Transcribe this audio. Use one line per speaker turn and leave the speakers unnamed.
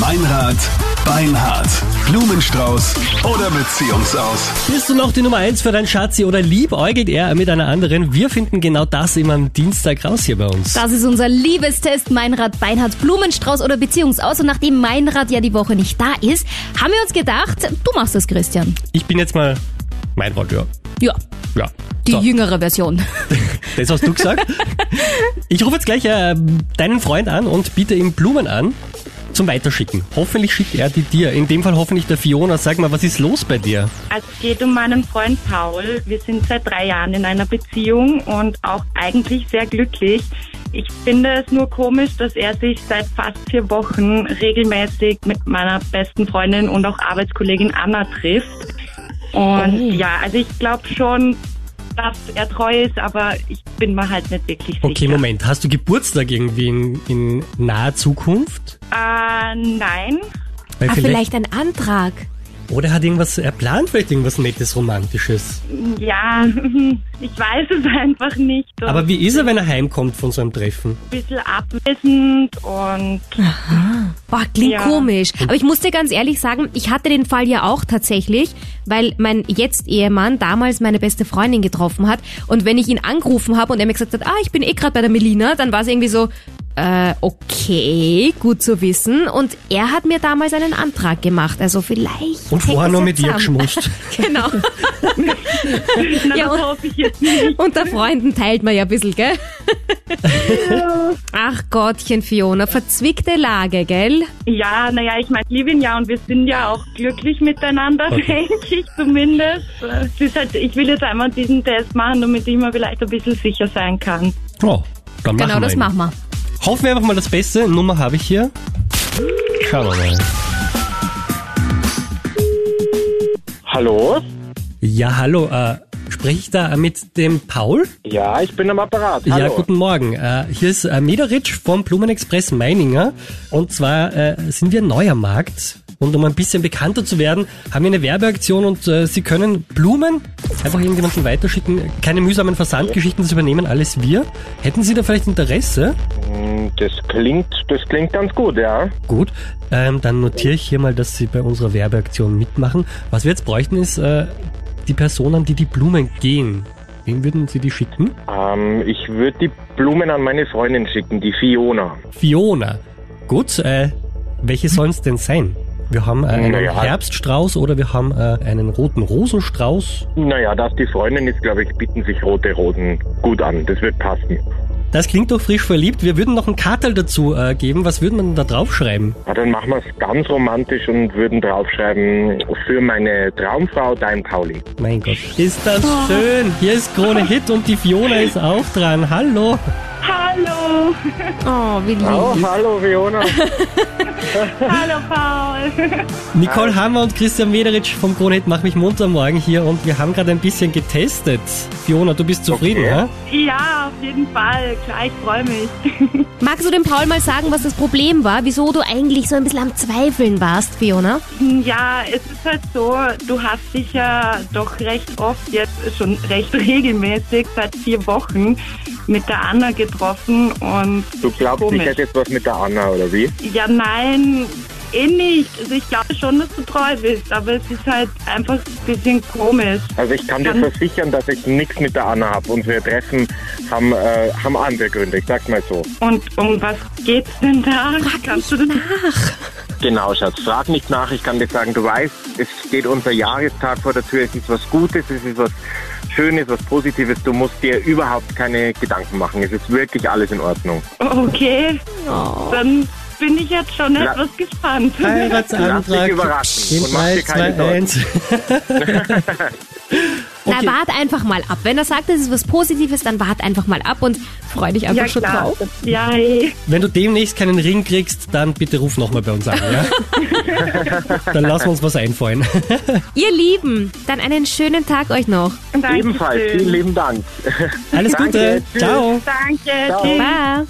Meinrad, Beinhard, Blumenstrauß oder Beziehungsaus.
Bist du noch die Nummer eins für dein Schatzi oder liebäugelt er mit einer anderen? Wir finden genau das immer am Dienstag raus hier bei uns.
Das ist unser Liebestest Meinrad, Beinhard, Blumenstrauß oder Beziehungsaus. Und nachdem Meinrad ja die Woche nicht da ist, haben wir uns gedacht, du machst das, Christian.
Ich bin jetzt mal mein Wort, ja.
Ja,
Ja.
die
So,
jüngere Version.
das hast du gesagt. ich rufe jetzt gleich äh, deinen Freund an und biete ihm Blumen an zum Weiterschicken. Hoffentlich schickt er die dir. In dem Fall hoffentlich der Fiona. Sag mal, was ist los bei dir?
Also es geht um meinen Freund Paul. Wir sind seit drei Jahren in einer Beziehung und auch eigentlich sehr glücklich. Ich finde es nur komisch, dass er sich seit fast vier Wochen regelmäßig mit meiner besten Freundin und auch Arbeitskollegin Anna trifft.
Oh.
Und ja, also ich glaube schon, dass er treu ist, aber ich bin mir halt nicht wirklich sicher.
Okay, Moment. Hast du Geburtstag irgendwie in, in naher Zukunft?
Äh, nein.
Weil
Ah, vielleicht ein Antrag.
Oder hat irgendwas, er plant vielleicht irgendwas Nettes, Romantisches.
Ja, ich weiß es einfach nicht. Und
Aber wie ist er, wenn er heimkommt von so einem Treffen?
ein bisschen abwesend und
Boah, klingt
Ja.
komisch.
Hm.
Aber ich muss dir ganz ehrlich sagen, ich hatte den Fall ja auch tatsächlich, weil mein Jetzt-Ehemann damals meine beste Freundin getroffen hat. Und wenn ich ihn angerufen habe und er mir gesagt hat, ah, ich bin eh gerade bei der Melina, dann war es irgendwie so, äh, okay, gut zu wissen. Und er hat mir damals einen Antrag gemacht. Also vielleicht.
Und
hängt
vorher
das
noch
ja
mit ihr
zusammen.
geschmust.
Genau.
na,
Ja,
das
und-
hoffe ich jetzt nicht.
Unter Freunden teilt man ja ein bisschen, gell? Ach Gottchen, Fiona, verzwickte Lage, gell?
Ja, naja, ich meine, ich liebe ihn ja und wir sind ja auch glücklich miteinander, denke ich zumindest. Es ist halt, ich will jetzt einmal diesen Test machen, damit ich mir vielleicht ein bisschen sicher sein kann.
Oh, dann
Genau,
machen wir
das
ihn.
machen wir.
Hoffen wir einfach mal das Beste. Nummer habe ich hier. Schauen wir mal.
Hallo?
Ja, hallo. Äh, spreche ich da mit dem Paul?
Ja, ich bin am Apparat. Hallo.
Ja, guten Morgen. Äh, hier ist äh, Mederitsch vom Blumenexpress Meininger. Und zwar äh, sind wir Neuermarkt. Und um ein bisschen bekannter zu werden, haben wir eine Werbeaktion und äh, Sie können Blumen einfach irgendjemandem weiterschicken. Keine mühsamen Versandgeschichten, das übernehmen alles wir. Hätten Sie da vielleicht Interesse?
Das klingt, das klingt ganz gut, ja.
Gut, ähm, dann notiere ich hier mal, dass Sie bei unserer Werbeaktion mitmachen. Was wir jetzt bräuchten, ist äh, die Person, an die die Blumen gehen. Wem würden Sie die schicken?
Ähm, ich würde die Blumen an meine Freundin schicken, die Fiona.
Fiona. Gut, äh, welche sollen es denn sein? Wir haben äh, einen
Naja.
Herbststrauß oder wir haben äh, einen roten Rosenstrauß.
Naja, dass die Freundin ist, glaube ich, bieten sich rote Rosen gut an. Das wird passen.
Das klingt doch frisch verliebt. Wir würden noch einen Kartel dazu äh, geben. Was würden wir denn da draufschreiben?
Ja, dann machen wir es ganz romantisch und würden draufschreiben, für meine Traumfrau, dein Pauli.
Mein Gott. Ist das schön. Hier ist Krone Hit und die Fiona ist auch dran. Hallo.
Hallo,
Oh, wie lieb.
Oh, hallo Fiona.
hallo Paul.
Nicole Hammer und Christian Mederitsch vom Krone Hit Mach mich munter morgen hier und wir haben gerade ein bisschen getestet. Fiona, du bist zufrieden,
Okay.
ja?
Ja, auf jeden Fall. Klar, ich freue mich.
Magst du dem Paul mal sagen, was das Problem war? Wieso du eigentlich so ein bisschen am Zweifeln warst, Fiona?
Ja, es ist halt so, du hast dich ja doch recht oft jetzt schon recht regelmäßig seit vier Wochen mit der Anna getroffen und
Du glaubst,
komisch.
ich hätte jetzt was mit der Anna, oder wie?
Ja, nein, eh nicht. Also ich glaube schon, dass du treu bist, aber es ist halt einfach ein bisschen komisch.
Also ich kann dir
Dann-
versichern, dass ich nichts mit der Anna habe. Unsere Treffen haben, äh, haben andere Gründe, ich sag mal so.
Und um was geht's denn da? Kannst du das?
Genau, Schatz. Frag nicht nach. Ich kann dir sagen, du weißt, es steht unser Jahrestag vor der Tür. Es ist was Gutes, es ist was Schönes, was Positives. Du musst dir überhaupt keine Gedanken machen. Es ist wirklich alles in Ordnung.
Okay, dann bin ich jetzt schon
La-
etwas gespannt.
Lass dich überraschen
In
und mach
3, 2,
dir keine Sorgen.
1. Okay.
Na, wart einfach mal ab. Wenn er sagt, es ist was Positives, dann wart einfach mal ab und freu dich einfach
Ja,
schon
klar.
drauf.
Ja, eh.
Wenn du demnächst keinen Ring kriegst, dann bitte ruf nochmal bei uns an, ja? dann lassen wir uns was einfallen.
Ihr Lieben, dann einen schönen Tag euch noch.
Dankeschön.
Ebenfalls, vielen lieben Dank.
Alles Gute.
Danke, tschüss.
Ciao.
Danke. Tschüss.
Bye.